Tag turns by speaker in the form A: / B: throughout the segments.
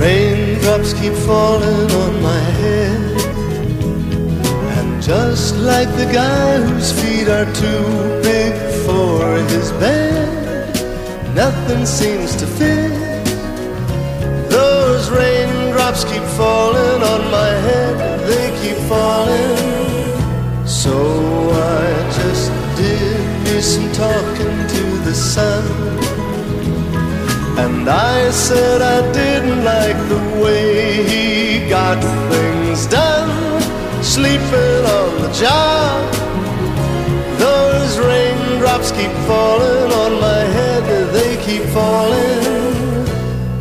A: Raindrops keep falling on my head. And just like the guy whose feet are too big for his bed, nothing seems to fit. Those raindrops keep falling on my head, they keep falling. So I just did me some talking to the sun. And I said I didn't like the way he got things done. Sleeping on the job. Those raindrops keep falling on my head, they keep falling.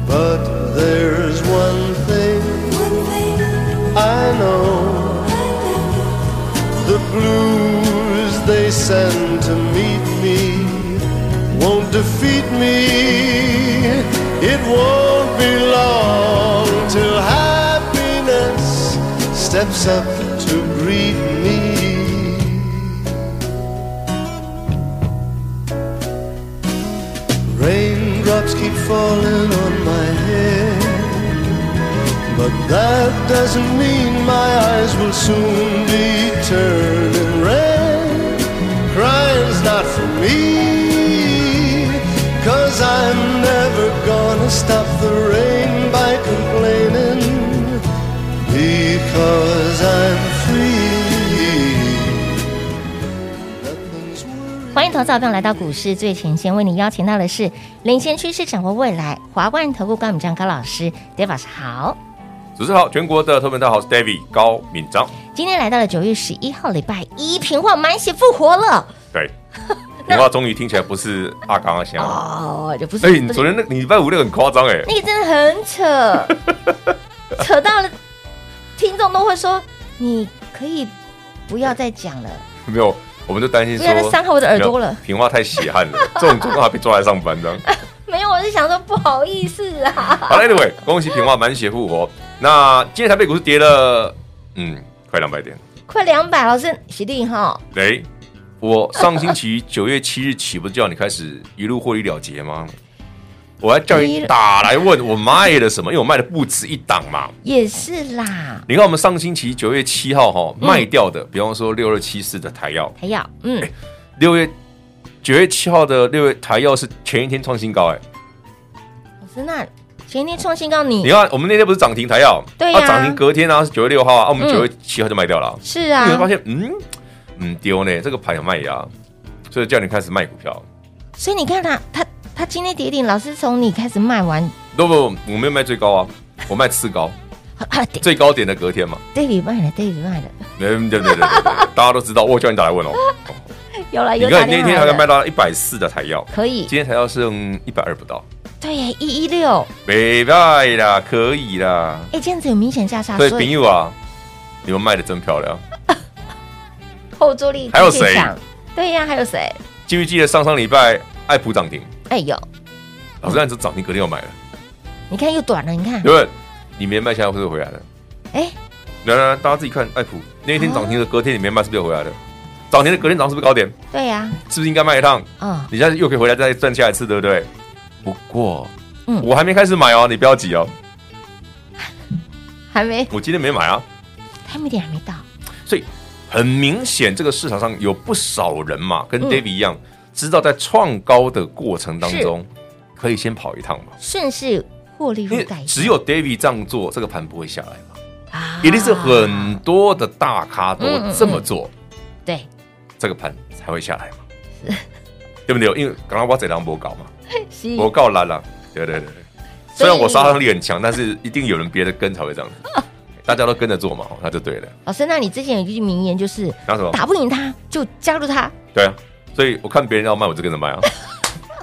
A: But there's one thing I know the blues they send to meet me won't defeat me. It won't be long till happiness steps up to greet me. Raindrops keep falling on my head, but that doesn't mean my eyes will soon be turning red crying's not for me cause i'm never gonna stop the rain by complaining because i'm free Nothing's worrying
B: 欢迎投资者朋友来到股市最前线，为你邀请到的是领先趋势、掌握未来华冠投顾高敏章高老师，David 老师好。
C: 主持人好，全国的特别大家好，我是 David 高敏章。
B: 今天来到了九月十一号礼拜一，平话满血复活了
C: 对，你话终于听起来不是阿刚阿香。
B: 哦，就不是，
C: 哎、
B: 不
C: 你
B: 是
C: 昨天那你礼拜五那个很夸张哎，
B: 那个真的很扯， 扯到了听众都会说，你可以不要再讲了，
C: 没有，我们就担心
B: 不
C: 说
B: 要再伤害我的耳朵了
C: 没有平话太血汗了， 这种状况还被抓来上班这样。
B: 没有，我是想说不好意思啊，
C: 好了，Anyway，恭喜平话满血复活。那今天台北股市跌了，嗯，快两百点。
B: 快两百，老师喜定哈，
C: 哎、我上 星期九月七日起不是叫你开始一路获利了结吗？我还叫
B: 一
C: 你
B: 路
C: 打来问我卖了什么，因为我卖的不止一档嘛。
B: 也是啦，
C: 你看，我们上星期九月七号哈、
B: 嗯
C: 卖掉的，比方说六二七四的台药，
B: 还要嗯，
C: 六月九月七号的六月台药是前一天创新高哎、
B: 哦老师那前天创新高你
C: 你看我们那天不是涨停台药，
B: 对呀
C: 涨停隔天啊是九月六号啊，啊我们
B: 嗯
C: 九月七号就卖掉了啊、
B: 是
C: 你会发
B: 啊，
C: 现嗯嗯丢呢，这个盘有卖压，所以叫你开始卖股票。
B: 所以你看他他他今天跌停，老师从你开始卖完，
C: 不不，我没有卖最高啊，我卖 次高，
B: 啊，对
C: 最高点的隔天嘛。
B: 对比卖了，对比卖了，
C: 对对对对对，对 大家都知道，我有叫你打来问哦。
B: 有了
C: 你
B: 有
C: 看
B: 打
C: 你那
B: 电
C: 天
B: 话
C: 好像卖
B: 了，
C: 到一百四的台药，
B: 可以
C: 今，天台药剩一百二不到。
B: 对耶，一一六，
C: 没拜啦，可以啦。
B: 哎，这样子有明显下杀，
C: 所以朋友啊，你们卖的真漂亮。
B: 后坐力
C: 还有
B: 继续
C: 谁
B: 涨？对呀、还有谁？
C: 记不记得上上礼拜爱普涨停？
B: 哎呦，
C: 老师让你这涨停隔天要买了，
B: 你看又短了，你看
C: 对，不对？你没卖，现在会不会回来的？
B: 哎，
C: 来来，来大家自己看爱普那一天涨停的，隔天你没卖，是不是又回来了？涨停的隔天涨是不是高点？
B: 对呀、
C: 是不是应该卖一趟？
B: 啊，
C: 你现在又可以回来再赚下一次，对不对？不过，
B: 嗯
C: 我还没开始买哦，你不要急哦，
B: 嗯，还没，
C: 我今天没买啊，
B: 他们一点还没到，
C: 所以很明显，这个市场上有不少人嘛，跟
B: 嗯
C: David 一样，知道在创高的过程当中，可以先跑一趟嘛。
B: 顺势获利
C: 因
B: 入
C: 为
B: 袋，
C: 只有 David 这样做，这个盘不会下来嘛。
B: 啊
C: 一定是很多的大咖都
B: 嗯嗯嗯
C: 这么做，
B: 对，
C: 这个盘才会下来嘛。 对不对？因为刚刚我这张博搞嘛，
B: 是
C: 我告烂了。对对对对，
B: 所
C: 虽
B: 以
C: 然我杀伤力很强，但是一定有人别的跟才会这样 子。大家都跟着做嘛，哦那就对了。
B: 老师，那你之前有一句名言就是
C: 然后什么？
B: 打不赢他就加入他，
C: 对啊，所以 我看别人要卖，我就跟着卖啊，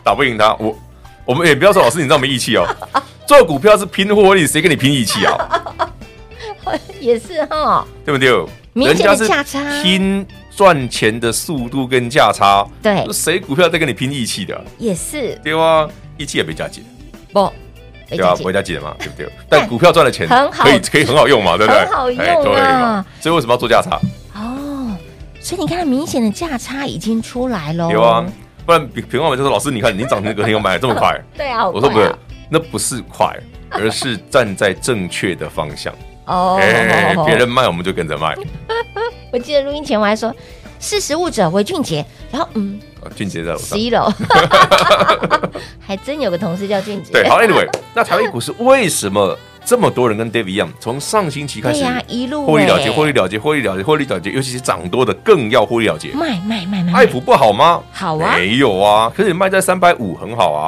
C: 打不赢他，我我们也不要说老师你这么义气哦，做股票是拼获利，谁跟你拼义气啊？
B: 也是哦哈、
C: 对不对？
B: 明
C: 人
B: 显
C: 家
B: 的
C: 是
B: 价差
C: 拼赚钱的速度跟价差，
B: 对
C: 谁股票在跟你拼义气的？
B: 也是
C: 对吗？义气也没加减，
B: 不，被
C: 对吧啊
B: 讲？解
C: 不会加减嘛，对不 对？但股票赚的钱
B: 很好
C: 可以可以很好用嘛，对不对？
B: 很好用啊
C: 哎都可以嘛所以为什么要做价差？
B: 哦，所以你看明显的价差已经出来喽。
C: 有啊，不然平平话就说老师，你看你涨停隔天又买这么快，
B: 对啊，
C: 我
B: 好
C: 说不
B: 快
C: 是
B: 啊，
C: 那不是快， 而是站在正确的方向。
B: 哦，
C: 哎，
B: 好好好
C: 别人卖我们就跟着卖。
B: 我记得录音前我还说识时务者为俊杰，然后嗯，
C: 啊俊杰在楼
B: 十
C: 上。
B: 一 楼，还真有个同事叫俊杰。
C: 对，好，Anyway，那台湾股市为什么这么多人跟 David 一样，从上星期开
B: 对
C: 始
B: 呀，一路
C: 获利了
B: 哎
C: 结，获利了结，获利了结，获利了结，尤其是涨多的更要获利了结。
B: 卖卖卖卖，
C: 爱普不好吗？
B: 好啊
C: 没有啊，可是你卖在三百五很好啊，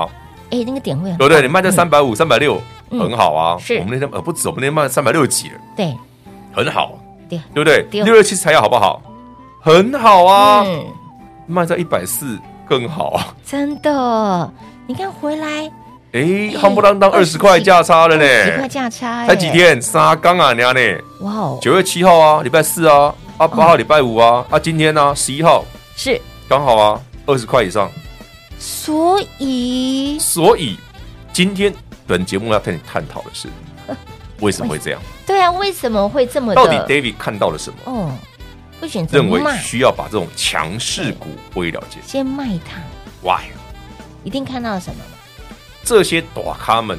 B: 哎，那个点位很
C: 对不对？你卖在三百五、三百六
B: 嗯
C: 很好啊。
B: 是
C: 我们那天呃不止，我们那天卖三百六几了，
B: 嗯对
C: 很好，
B: 对
C: 对不对？
B: 对
C: 六六七才要好不好？很好啊，
B: 嗯，
C: 卖在一百四更好啊。
B: 真的，你看回来
C: 哎，
B: 哎
C: 夯不啷当二十块价差了
B: 十块
C: 呢，
B: 价差，
C: 才几？天？沙刚啊，娘呢？
B: 哇哦，
C: 九月七号啊，礼拜四啊，啊八号礼拜五啊，啊今天呢十一号
B: 是，
C: 刚好啊，二十块以上。
B: 所以
C: 所以今天本节目要跟你探讨 的是，为什么会这样？
B: 对啊，为什么会这么的？
C: 到底 David 看到了什么？
B: 哦，会选择
C: 认为
B: 卖，
C: 需要把这种强势股归了解
B: 先卖它，
C: ？Why？
B: 一定看到了什么吗？
C: 这些大咖们、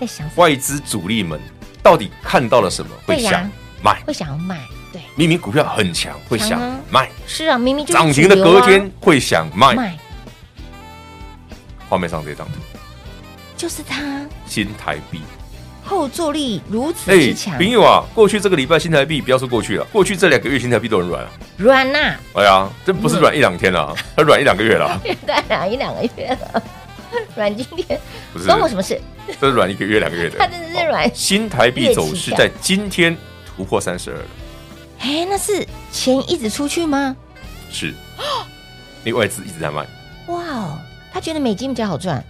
B: 在想什么
C: 外资主力们到底看到了什么？会
B: 对呀
C: 想卖？
B: 会想要卖，对，
C: 明明股票很强，会想
B: 强啊
C: 卖；
B: 是啊，明明就是
C: 涨停的
B: 主流
C: 隔
B: 啊
C: 天会想卖。
B: 卖，
C: 画面上这张图，
B: 就是它
C: 新台币。
B: 后坐力如此之
C: 哎，
B: 强，
C: 朋友啊，过去这个礼拜新台币不要说过去了，过去这两个月新台币都很软啊。
B: 软呐，
C: 哎呀，这不是软一两天了，
B: 嗯
C: 它软一两个月了，
B: 对啊，一两个月了，软今天
C: 不是？
B: 关我什么事？
C: 这是软一个月、两个月的。
B: 它真的是软
C: 哦新台币走势在今天突破三十二了，
B: 哎，那是钱一直出去吗？
C: 是，因为外资一直在卖，
B: 哇哦，他觉得美金比较好赚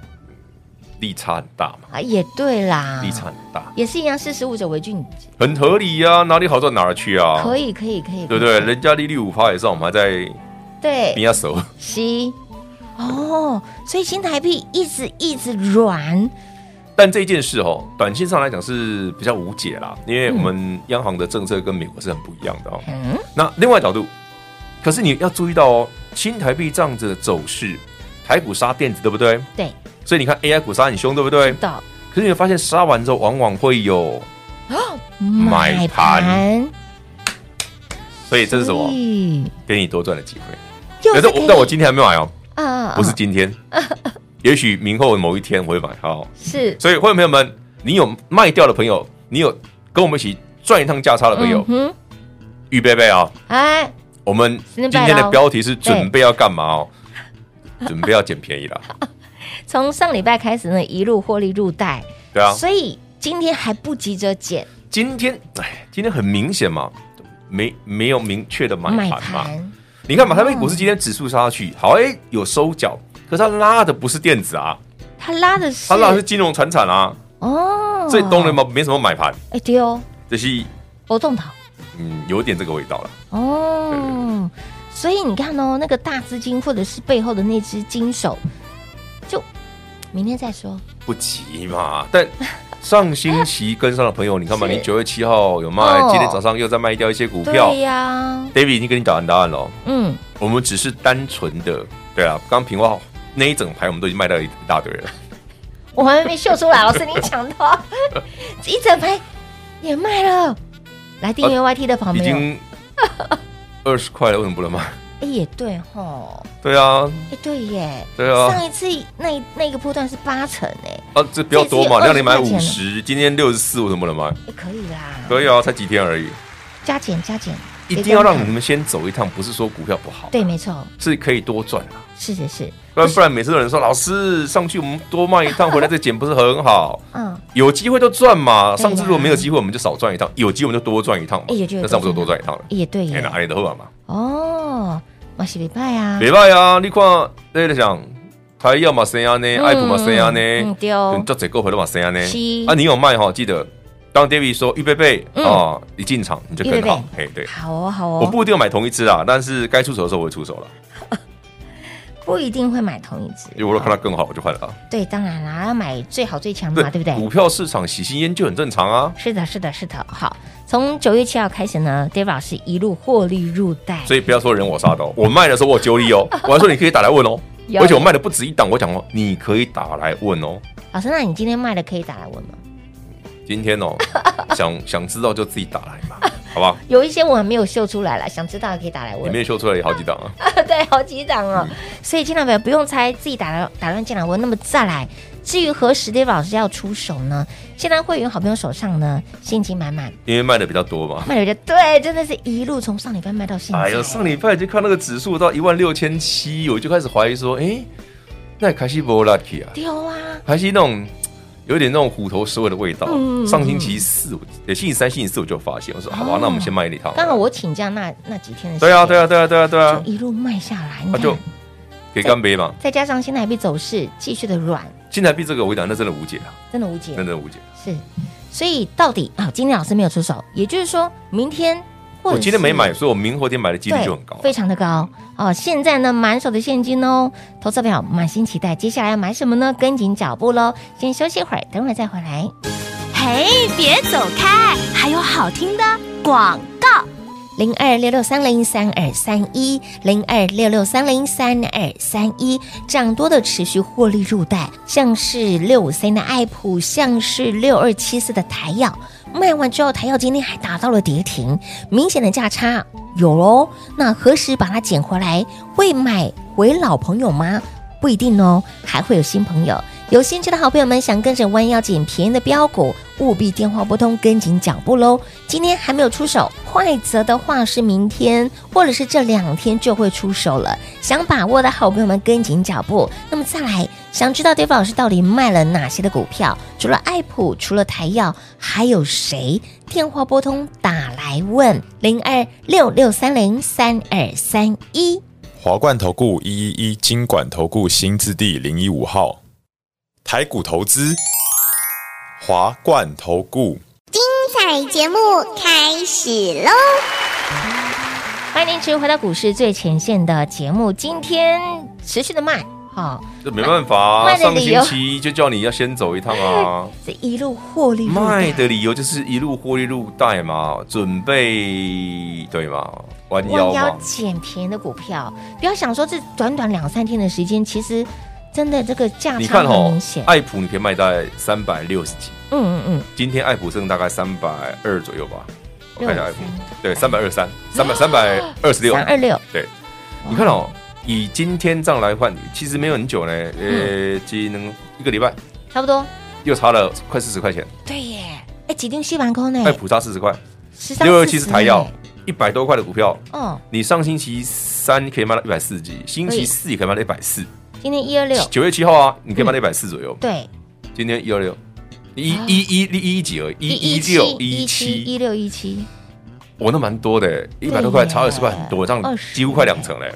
C: 利差很大嘛，
B: 啊，也对啦，
C: 利差很大，
B: 也是一样，识时务者为俊杰，
C: 很合理呀、哪里好赚哪儿去啊，
B: 可，以可以可以，
C: 对不对？人家利率五趴以上，我们还在
B: 对
C: 比，下手，
B: 西哦，所以新台币一直一直软，
C: 但这件事哦，短线上来讲是比较无解啦，因为我们央行的政策跟美国是很不一样的哦。
B: 嗯，
C: 那另外角度，可是你要注意到哦，新台币这样子的走势，台股杀电子，对不对？
B: 对，
C: 所以你看 AI 股杀很凶，对不对？
B: 到
C: 可是你会发现杀完之后，往往会有，买盘所以这是什么？
B: 咦
C: 给你多赚的机会。
B: 又
C: 可
B: 是
C: 是
B: 可
C: 我
B: 以
C: 但我今天还没买哦，
B: 啊啊，
C: 不是
B: 啊
C: 今天，也许明后某一天我会买哦。
B: 是
C: 所以，会员朋友们，你有卖掉的朋友，你有跟我们一起赚一趟价差的朋友，
B: 嗯哼，
C: 预备备啊！
B: 哎，
C: 我们今
B: Stand by
C: 天的
B: 咯
C: 标题是准备要干嘛哦？准备要捡便 宜了，
B: 从上礼拜开始呢，一路获利入袋，
C: 对啊。
B: 所以今天还不急着减
C: 今天，哎，今天很明显嘛，没没有明确的买
B: 买
C: 盘嘛。
B: 盘，哦
C: 你看嘛，台北股市今天指数杀下去，好哎、有收脚，可是它拉的不是电子啊，
B: 他拉的是
C: 它拉的是金融船产啊，
B: 哦，
C: 所以当然嘛没什么买盘，
B: 哎对哦，
C: 这是
B: 活动岛
C: 嗯有点这个味道了。嗯
B: 哦，所以你看哦，那个大资金或者是背后的那只金手，就明天再说。
C: 不急嘛， 但上星期跟上的朋友，你看嘛，
B: 是
C: 你九月七号有卖，
B: 哦
C: 今天早上又在卖掉一些股票
B: 对呀、
C: ，David 已经跟你打完答案了哦，
B: 嗯，
C: 我们只是单纯的，对啊，刚刚平话那一整排我们都已经卖掉一一大堆了，
B: 我还没秀出来，老师你讲 到一整排也卖了。来订阅 YT 的朋
C: 啊已
B: 友，哎、
C: 经二十块了，为什么不能卖？
B: 也对吼，
C: 对啊，
B: 哎、对耶，
C: 对啊
B: 上一次那那个波段是八成哎、
C: 啊，这比较多嘛，
B: 这次
C: 让你
B: 有
C: 买
B: 20块
C: 五
B: 钱
C: 十，今天六十四，为什么不能买？
B: 哎可以啦，
C: 可以啊，才几天而已，
B: 加减加减，
C: 一定要让你
B: 们
C: 们先走一趟，不是说股票不好，
B: 对，没错，
C: 是可以多赚的。
B: 是是是，
C: 不然不然，每次都有人说老师上去我们多卖一趟，回来再减不是很好？
B: 嗯，
C: 有机会就赚嘛。
B: 对呀
C: 上次如果没有机会，我们就少赚一趟；有机会我们就多赚一趟嘛。
B: 哎有机会
C: 那上次就多赚一趟了。
B: 也对耶，
C: 哎，哪里的后嘛？
B: 哦，马西比拜啊，
C: 礼拜啊，你看，在在想他要么生啊呢，爱普嘛生啊
B: 嗯
C: 呢，
B: 对哦
C: 到这购回了嘛生啊呢
B: 是，
C: 啊，你有卖哈，记得当 David 说预备备
B: 嗯
C: 啊，一进场你就
B: 预备
C: 跟
B: 备
C: 好，嘿，对，
B: 好哦，好哦，
C: 我不一定要买同一只啦，但是该出手的时候我会出手了，
B: 不一定会买同一只，
C: 因为我若看到更好我就换了啊，
B: 对，当然啦，要买最好最强的嗯嘛，对不对？
C: 股票市场喜新厌旧很正常啊，
B: 是的，是的，是的。好，从九月七号开始呢，Dave 老师一路获利入袋，
C: 所以不要说人我杀头，我卖的时候我有 九力哦，我还说你可以打来问哦
B: 有，
C: 而且我卖的不止一档，我讲哦，你可以打来问哦。
B: 老师，那你今天卖的可以打来问吗？
C: 今天哦，想想知道就自己打来嘛，好吧？
B: 有一些我还没有秀出来了，想知道也可以打来
C: 里
B: 问。
C: 面秀出来也好几档啊，
B: 对，好几档哦，
C: 嗯
B: 所以千万不要不用猜，自己打乱打乱进来问。那么再来，至于何时 Dave 老师要出手呢？现在会员好朋友手上呢，现金满满，
C: 因为卖的比较多嘛。
B: 卖的对，真的是一路从上礼拜卖到现在。
C: 哎呦，上礼拜就看那个指数到一万六千七，我就开始怀疑说，哎、那开西不 lucky 啊，
B: 丢啊！
C: 还是那种有点那种虎头蛇尾的味道。啊
B: 嗯
C: 上星期四，我呃，星期三、星期四我就发现，我说好吧，
B: 哦
C: 那我们先卖一趟。
B: 刚好我请假那那几天的时间，
C: 对啊，对啊，对啊，对啊，对啊
B: 就，一路卖下来，你
C: 那就
B: 看，
C: 给干杯嘛。
B: 再加上新台币走势继续的软，
C: 新台币这个我讲，那真的无解啊，
B: 真的无解
C: 真的无解。
B: 是。所以到底啊，今天老师没有出手，也就是说明天或者
C: 我今天没
B: 是
C: 买，所以我明后天买的几率
B: 对，
C: 就很高。啊
B: 非常的高哦。现在呢，满手的现金哦，投资票满心期待，接下来要买什么呢？跟紧脚步喽，先休息一会儿，等会儿再回来。
D: 嘿，别走开，还有好听的广告。
B: 零二六六三零三二三一，零二六六三零三二三一，涨多的持续获利入袋，像是六五三的爱普，像是六二七四的台药，卖完之后台药今天还达到了跌停，明显的价差有哦。那何时把它捡回来？会买回老朋友吗？不一定哦，还会有新朋友。有兴趣的好朋友们，想跟着弯腰捡便宜的标股，务必电话拨通，跟紧脚步喽。今天还没有出手，快则的话是明天，或者是这两天就会出手了。想把握的好朋友们，跟紧脚步。那么再来，想知道 Dave 老师到底卖了哪些的股票？除了爱普，除了台药，还有谁？电话拨通打来问零二六六三零三二三一。
E: 华冠投顾一一一金管投顾新字第零一五号，台股投资，华冠投顾。
F: 彩节目开始喽！
B: 欢迎您持续回到股市最前线的节目，今天持续的卖，好、
C: 这没办法、啊，
B: 卖的
C: 上
B: 理由
C: 星期一就叫你要先走一趟 啊。
B: 这一路获利入袋
C: 卖的理由就是一路获利入袋嘛，准备对嘛，弯
B: 弯
C: 腰
B: 腰
C: 嘛，
B: 捡便宜的股票，不要想说这短短两三天的时间，其实真的这个价
C: 你
B: 差
C: 看
B: 很
C: 哦
B: 明显，。
C: 爱普你可以卖在三百六十几，
B: 嗯嗯嗯，
C: 今天爱普剩大概三百二左右吧，我看一下爱普
B: 623，
C: 对，三百二三，三百三百二十六
B: 啊三，二六，
C: 对，你看哦，以今天这样来换，其实没有很久呢，
B: 嗯
C: 呃，只能一个礼拜
B: 差不多。
C: 又差了快四十块钱，
B: 对耶，哎，几定吸完空呢
C: 爱？普差四十块，
B: 十哎
C: 六二七是台药
B: 耶，
C: 一百多块的股票，
B: 哦，
C: 你上星期三可以卖到一百四十几，星期四也可以卖到一百四。
B: 今天一二六，
C: 九月七号啊，你可以卖到一百四左右。
B: 对，
C: 今天一二六，一一一一一几而已，一一六一
B: 一
C: 七，
B: 六一七，
C: 我那蛮多的，一百多块
B: 对耶
C: 差二十块很多，这样
B: 20
C: 几乎快两成嘞。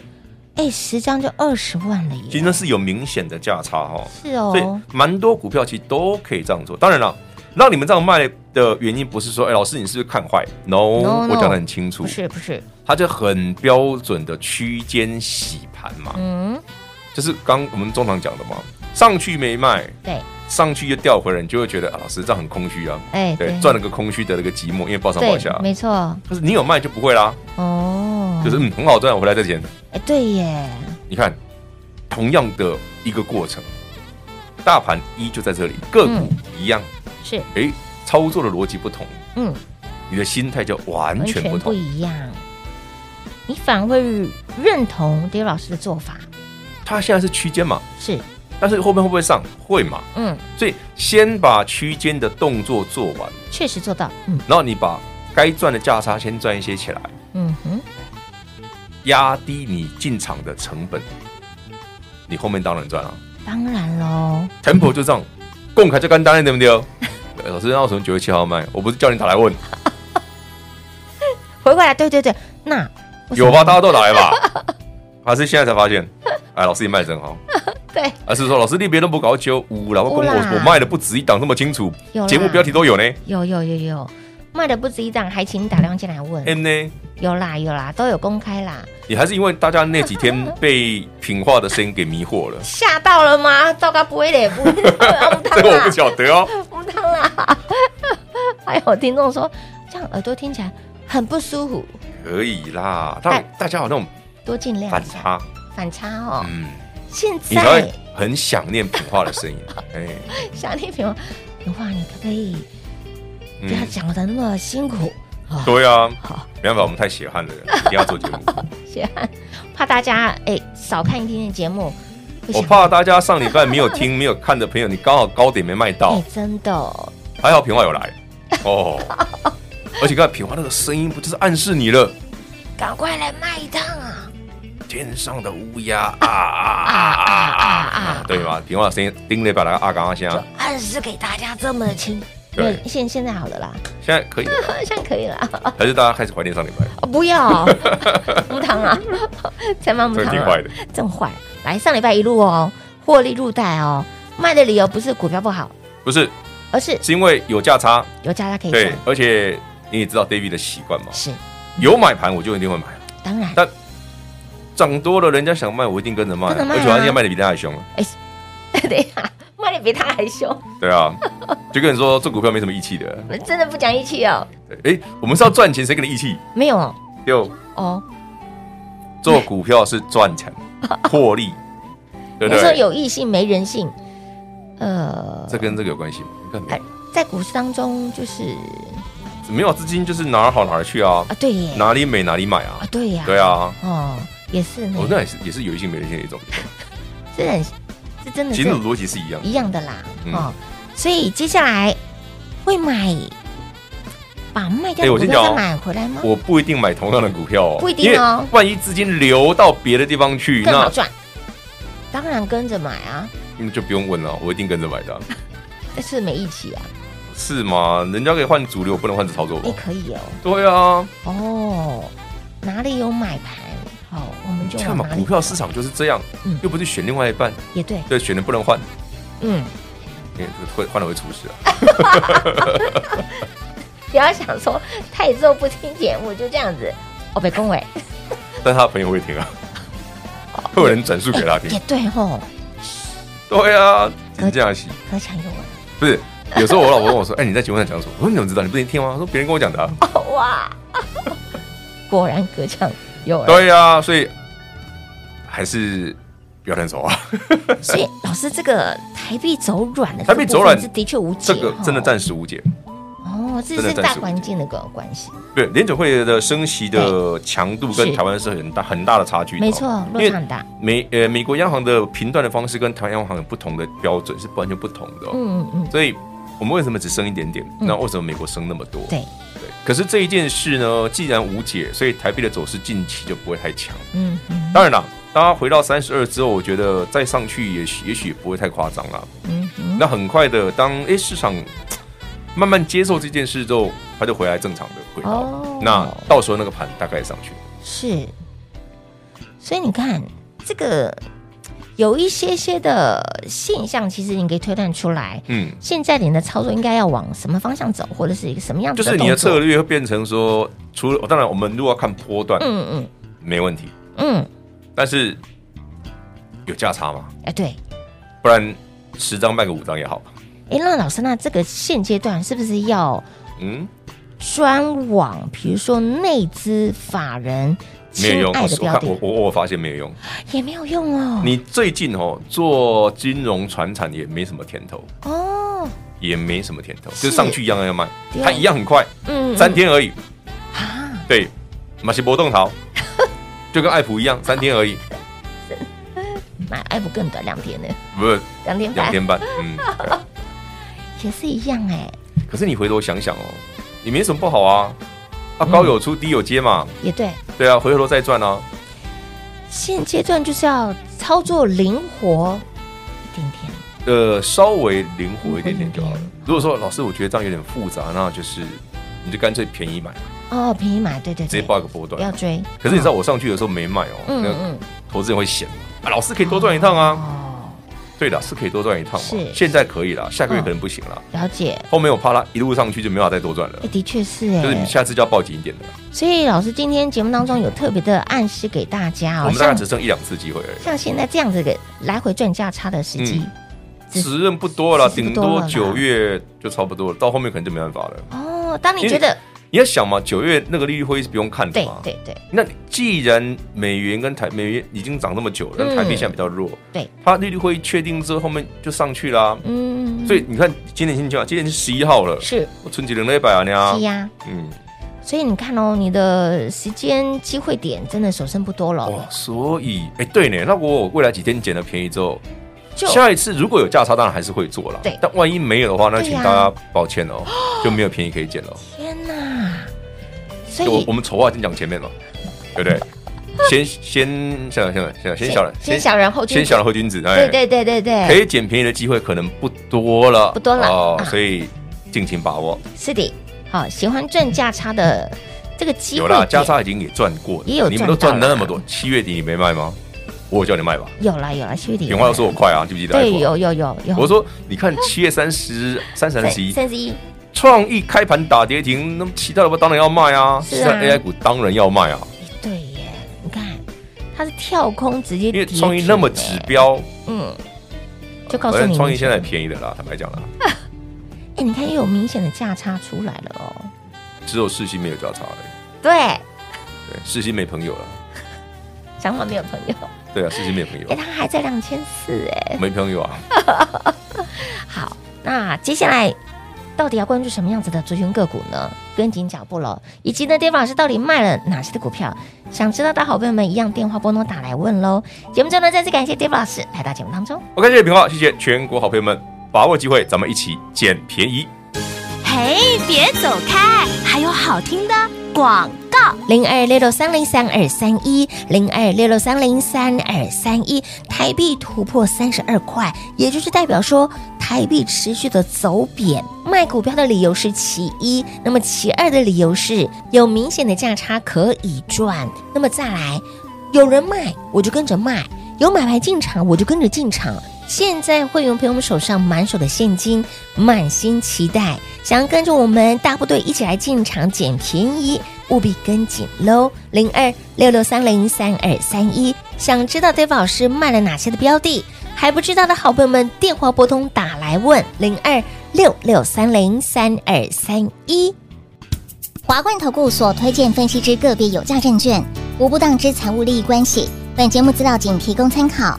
B: 哎，十张就二十万了耶，
C: 其实那是有明显的价差哈，
B: 是
C: 所
B: 哦，
C: 以蛮多股票其实都可以这样做。当然了。让你们这样卖的原因不是说，哎、老师你是不是看坏？No，,
B: No，no
C: 我讲的很清楚
B: 不，是不是，
C: 它就很标准的区间洗盘嘛，
B: 嗯，
C: 就是刚我们中堂讲的嘛，上去没卖，
B: 对，
C: 上去又掉回来，你就会觉得啊，老师这样很空虚啊。
B: 哎，
C: 对，赚了个空虚，得了个寂寞，因为报上报下
B: 对，。没错，
C: 可是你有卖就不会啦，
B: 哦，
C: 啊就是嗯很好赚，我回来再捡。
B: 哎，对耶，
C: 你看，同样的一个过程，大盘一就在这里，个股
B: 嗯
C: 一样，
B: 是，
C: 哎，操作的逻辑不同，
B: 嗯，
C: 你的心态就完
B: 完
C: 全
B: 全
C: 不
B: 不
C: 同。
B: 一样。你反而会认同 d a 老师的做法，
C: 它现在是区间嘛，
B: 是，
C: 但是后面会不会上？会嘛。
B: 嗯，
C: 所以先把区间的动作做完，
B: 确实做到，嗯
C: 然后你把该赚的价差先赚一些起来，
B: 嗯哼，
C: 压低你进场的成本，你后面当然赚了、
B: 当然喽，
C: tempo 就这样，公开就干单了，对不对？ 呃老师，那为什么九月七号卖？我不是叫你打来问，
B: 回过来，对对对，那
C: 有吧？大家都打来吧？还是现在才发现？哎，老师你卖得真好，
B: 对，
C: 而是说老师你别那么搞纠，五老公
B: 有啦
C: 我我卖的不止一档这么清楚
B: 有啦，
C: 节目标题都有呢。
B: 有有有有，卖的不止一档，还请你打电话进来问。
C: M 呢，
B: 有啦有啦，都有公开啦，
C: 也还是因为大家那几天被品化的声音给迷惑 了，
B: 吓到了吗？糟糕，不会的，不会的，不当
C: 这个我不
B: 啦，
C: 晓得哦。
B: 不当啦。还有听众说，这样耳朵听起来很不舒服，
C: 可以啦，大
B: 但
C: 大家有那种
B: 多尽量
C: 反
B: 一下
C: 差，
B: 反差哦。
C: 嗯，
B: 现
C: 你才
B: 在
C: 会很想念品化的 声音。哎，
B: 小丽平，平话你可不可以
C: 嗯
B: 不要讲的那么辛苦？哦
C: 对啊，
B: 好，
C: 没办法，我们太血汗了，一定要做节目。
B: 谢谢，怕大家哎少看一点点节目，不
C: 我
B: 想
C: 怕大家上礼拜没有 听、没有看的朋友，你刚好高点没卖到
B: 哎，真的哦
C: 还好平花有来 哦。而且刚才平花那个声音，不就是暗示你了？
B: 赶快来卖一趟啊！
C: 天上的乌鸦啊啊啊啊啊！对吧？平花的声音叮了一把那个阿刚阿香，
B: 暗示给大家这么轻。
C: 啊对
B: 那现现在好了啦，
C: 现在可以了，
B: 现在可以了。
C: 还是大家开始怀念上礼 拜？
B: 哦、 不 要，木糖啊， 才骂木
C: 这
B: 糖
C: 个
B: 啊，
C: 挺坏的，
B: 真坏。来，上礼拜一路哦，获利入袋哦，卖的理由不是股票不好，
C: 不是
B: 而是
C: 是因为有价差，
B: 有加价可以
C: 对
B: 赚。，
C: 而且你也知道 David 的习惯嘛，
B: 是，
C: 有买盘我就一定会买，
B: 当然，
C: 涨多了人家想卖我一定跟着卖，
B: 跟着卖啊
C: 而且我人家卖的比他还凶，
B: 对呀、卖的比他还凶，
C: 对啊，就跟你说这股票没什么义气的，
B: 真的不讲义气哦。
C: 对，哎，我们是要赚钱，谁给你义气？
B: 没有哦
C: 就
B: 哦，
C: 做股票是 赚钱获利，对不
B: 你说
C: 对？
B: 有义性没人性，呃，
C: 这跟这个有关系吗？应该没
B: 哎在股市当中就是
C: 有，没有资金就是哪儿好哪儿去啊，
B: 啊，对耶，
C: 哪里美哪里买啊
B: 啊，，对呀、
C: 对，啊，
B: 哦，也是呢
C: 我，那也是也是有一些没人性的一种，
B: 这很，这真的
C: 其
B: 是
C: 实逻辑是一样的，
B: 一样的啦，
C: 嗯
B: 哦，所以接下来会买，把卖掉
C: 哎
B: 的
C: 我
B: 股
C: 先
B: 票
C: 讲
B: 再
C: 哦
B: 买回来吗？
C: 我不一定买同样的股票哦，
B: 不一定哦
C: 因为万一资金流到别的地方去，
B: 更好
C: 那
B: 赚，当然跟着买啊，
C: 嗯就不用问了，我一定跟着买的啊，
B: 但是没义气啊，
C: 是吗？人家可以换主流，不能换着操作吧
B: 哎，？可以哦，
C: 对啊，
B: 哦，哪里有买盘，哦，我们就
C: 你
B: 往
C: 看嘛
B: 哪，里
C: 股票市场就是这样
B: 嗯，
C: 又不是选另外一半，
B: 也对，
C: 对，选的不能换，
B: 嗯，
C: 因为会换了会出事啊。
B: 不要想说他以后不听节目就这样子，哦，被恭 维，
C: 但他的朋友会听 啊，会有人转述给他听
B: 哎也。对吼，
C: 对啊，真这样洗
B: 可强有啊，
C: 不是？有时候我老婆问我说：“ 哎，你在节目上讲什么？”我说：“你怎么知道？你不能听吗？”她说：“别人跟我讲的、啊。
B: 果然隔墙有”耳。
C: 对啊，所以还是不要乱走啊。
B: 所以老师，这个台币走软的，
C: 台币走软
B: 是的确无解
C: 这
B: 哦，
C: 个真的暂时无解。
B: 哦，这
C: 真的
B: 是
C: 暂时
B: 大
C: 无
B: 环
C: 解
B: 境的个关系，
C: 对，联准会的升息的强度跟
B: 哎是
C: 台湾是很大很大的差距的哦。
B: 没错，落
C: 因
B: 差
C: 为
B: 很大，
C: 美呃美国央行的评断的方式跟台湾央行有不同的标准，是完全不同的、哦。
B: 嗯嗯
C: 所以我们为什么只升一点点？
B: 嗯
C: 那为什么美国升那么多？
B: 嗯，对，
C: 对，可是这一件事呢，既然无解，所以台币的走势近期就不会太强。
B: 嗯嗯
C: 当然啦，当它回到三十二之后，我觉得再上去也许也许也不会太夸张啦。
B: 嗯嗯，
C: 那很快的，当诶市场嘖慢慢接受这件事之后，它就回来正常的轨道。
B: 哦
C: 那到时候那个盘大概也上去，
B: 是，所以你看这个有一些些的现象，其实你可以推断出来，
C: 嗯，
B: 现在你的操作应该要往什么方向走，或者是一个什么样
C: 就
B: 子
C: 是你
B: 动
C: 的策
B: 作，
C: 略会变成说，除了当然我们如果要看波段，
B: 嗯嗯
C: 没问题，
B: 嗯，
C: 但是有价差嘛，
B: 哎对，
C: 不然十张卖个五张也好吧。
B: 哎那老师，那这个现阶段是不是要？
C: 嗯，
B: 专网，比如说内资法人
C: 没
B: 亲
C: 有用，啊
B: 爱
C: 我
B: 的
C: 我
B: 标
C: 看我
B: 的
C: 我我发现没有用。
B: 也没有用哦。
C: 你最近哦做金融船产也没什么甜头，
B: 哦，
C: 也没什么甜头，
B: 是
C: 就上去一样要卖，
B: 对啊
C: 它一样很快，
B: 嗯，
C: 三
B: 嗯
C: 天而已。
B: 啊，
C: 对，马西博 动逃，就跟爱普一样，三天而已，
B: 买哎爱普更短两天呢，
C: 不是
B: 两天半
C: 两天半。嗯，对啊
B: 也是一样哎，
C: 可是你回头想想哦，也没什么不好啊，啊
B: 嗯
C: 高有出低有接嘛，
B: 也对。
C: 对啊，回头再赚啊。
B: 现阶段就是要操作灵活一点点，
C: 呃，稍微灵活一点点就好了
B: 嗯。
C: 如果说老师，我觉得这样有点复杂，那就是你就干脆便宜买，
B: 哦，便宜买，对对
C: 直接
B: 对，
C: 报一个波
B: 不
C: 段
B: 要。追。
C: 可是你知道我上去的时候没买哦，
B: 嗯
C: 那
B: 嗯，
C: 投资人会嫌嘛啊，老师可以多赚一趟啊，
B: 哦，
C: 对了，是可以多赚一趟嘛
B: 是，嗯
C: 现在可以了，下个月可能不行了。
B: 了解。
C: 后面我怕它一路上去就没法再多赚了
B: 哎，，的确是哎、
C: 就是你下次就要报紧一点的了。
B: 所以老师今天节目当中有特别的暗示给大家
C: 我
B: 哦，
C: 们大概
B: 像
C: 只剩一两次机会而已，
B: 像现在这样子的来回赚价差的时机、只
C: 时任不多了，
B: 时日
C: 顶
B: 不多了
C: 多
B: 啦
C: 九月就差不多了，到后面可能就没办法了。
B: 哦，当你觉得
C: 你要想嘛，九月那个利率会议是不用看的
B: 对
C: 嘛。
B: 对对，
C: 那既然美元跟台美元已经涨那么久了，但
B: 嗯
C: 台币现在比较弱，
B: 对，
C: 它利率会议确定之后，后面就上去啦。
B: 嗯，
C: 所以你看，今年星期几啊？今年是十一号了，
B: 是
C: 我春节零了一百啊，你啊
B: 是，呀、
C: 嗯，
B: 所以你看哦，你的时间机会点真的所剩不多了，
C: 哇，哦所以哎，对呢，那我未来几天捡了便宜之后，
B: 就
C: 下一次如果有价差，当然还是会做啦。
B: 对
C: 但万一没有的话，那
B: 对
C: 请
B: 呀
C: 大家抱歉 哦，就没有便宜可以捡了。
B: 天哪！所
C: 我
B: 以
C: 我们丑话先讲前面嘛，对 不对？先先想想想先小人，
B: 先小人后君
C: 先
B: 子
C: 小人后君子，哎
B: 对，对对对对，
C: 可以捡便宜的机会可能不多了，哦
B: 不多了啊
C: 所以尽情把握。
B: 是的，好，喜欢赚价差的这个机
C: 有
B: 会
C: 啦，
B: 点
C: 加差已经也赚过了，
B: 也有
C: 你们都
B: 赚
C: 赚
B: 到了
C: 那么多，七月底你没卖吗？我有叫你卖吧，
B: 有啦有啦，兄弟，
C: 平花又说我快啊，记不记得？
B: 对，有有有有，
C: 我说，你看七月三十、三十、三十一，
B: 三十一
C: 创意开盘打跌停，那么其他的当然要卖啊，
B: 是啊
C: AI 股当然要卖啊，
B: 对耶，你看它是跳空直接
C: 因
B: 跌
C: 为
B: 停耶，
C: 创意那么指标，
B: 嗯，就告诉
C: 反
B: 你
C: 正
B: 们
C: 创意现在便宜的啦，坦白讲啦，
B: 哎，你看又有明显的价差出来了哦，
C: 只有世新没有交叉了，
B: 对，
C: 对，世新没朋友了，
B: 想法没有朋友，
C: 对啊，世新没朋友
B: 哎，，它还在两千四哎，
C: 没朋友啊，
B: 好，那接下来。到底要关注什么样子的族群个股呢？跟紧脚步喽！以及呢，David 老师到底卖了哪些的股票？想知道的好朋友们一样电话拨通打来问喽。节目中呢，再次感谢 David 老师来到节目当中。
C: OK，谢谢平话，谢谢全国好朋友们，把握机会，咱们一起捡便宜。
D: 嘿，别走开，还有好听的广告。
B: 零二六六三零三二三一，零二六六三零三二三一，台币突破三十二块，也就是代表说台币持续的走贬。卖股票的理由是其一，那么其二的理由是有明显的价差可以赚。那么再来，有人卖我就跟着卖，有买牌进场我就跟着进场。现在会员朋友们手上满手的现金，满心期待，想要跟着我们大部队一起来进场捡便宜，务必跟紧喽！零二六六三零三二三一，想知道 Dave 老师卖了哪些的标的，还不知道的好朋友们，电话拨通打来问零二六六三零三二三一。
F: 华冠投顾所推荐分析之个别有价证券，无不当之财务利益关系。本节目资料仅提供参考，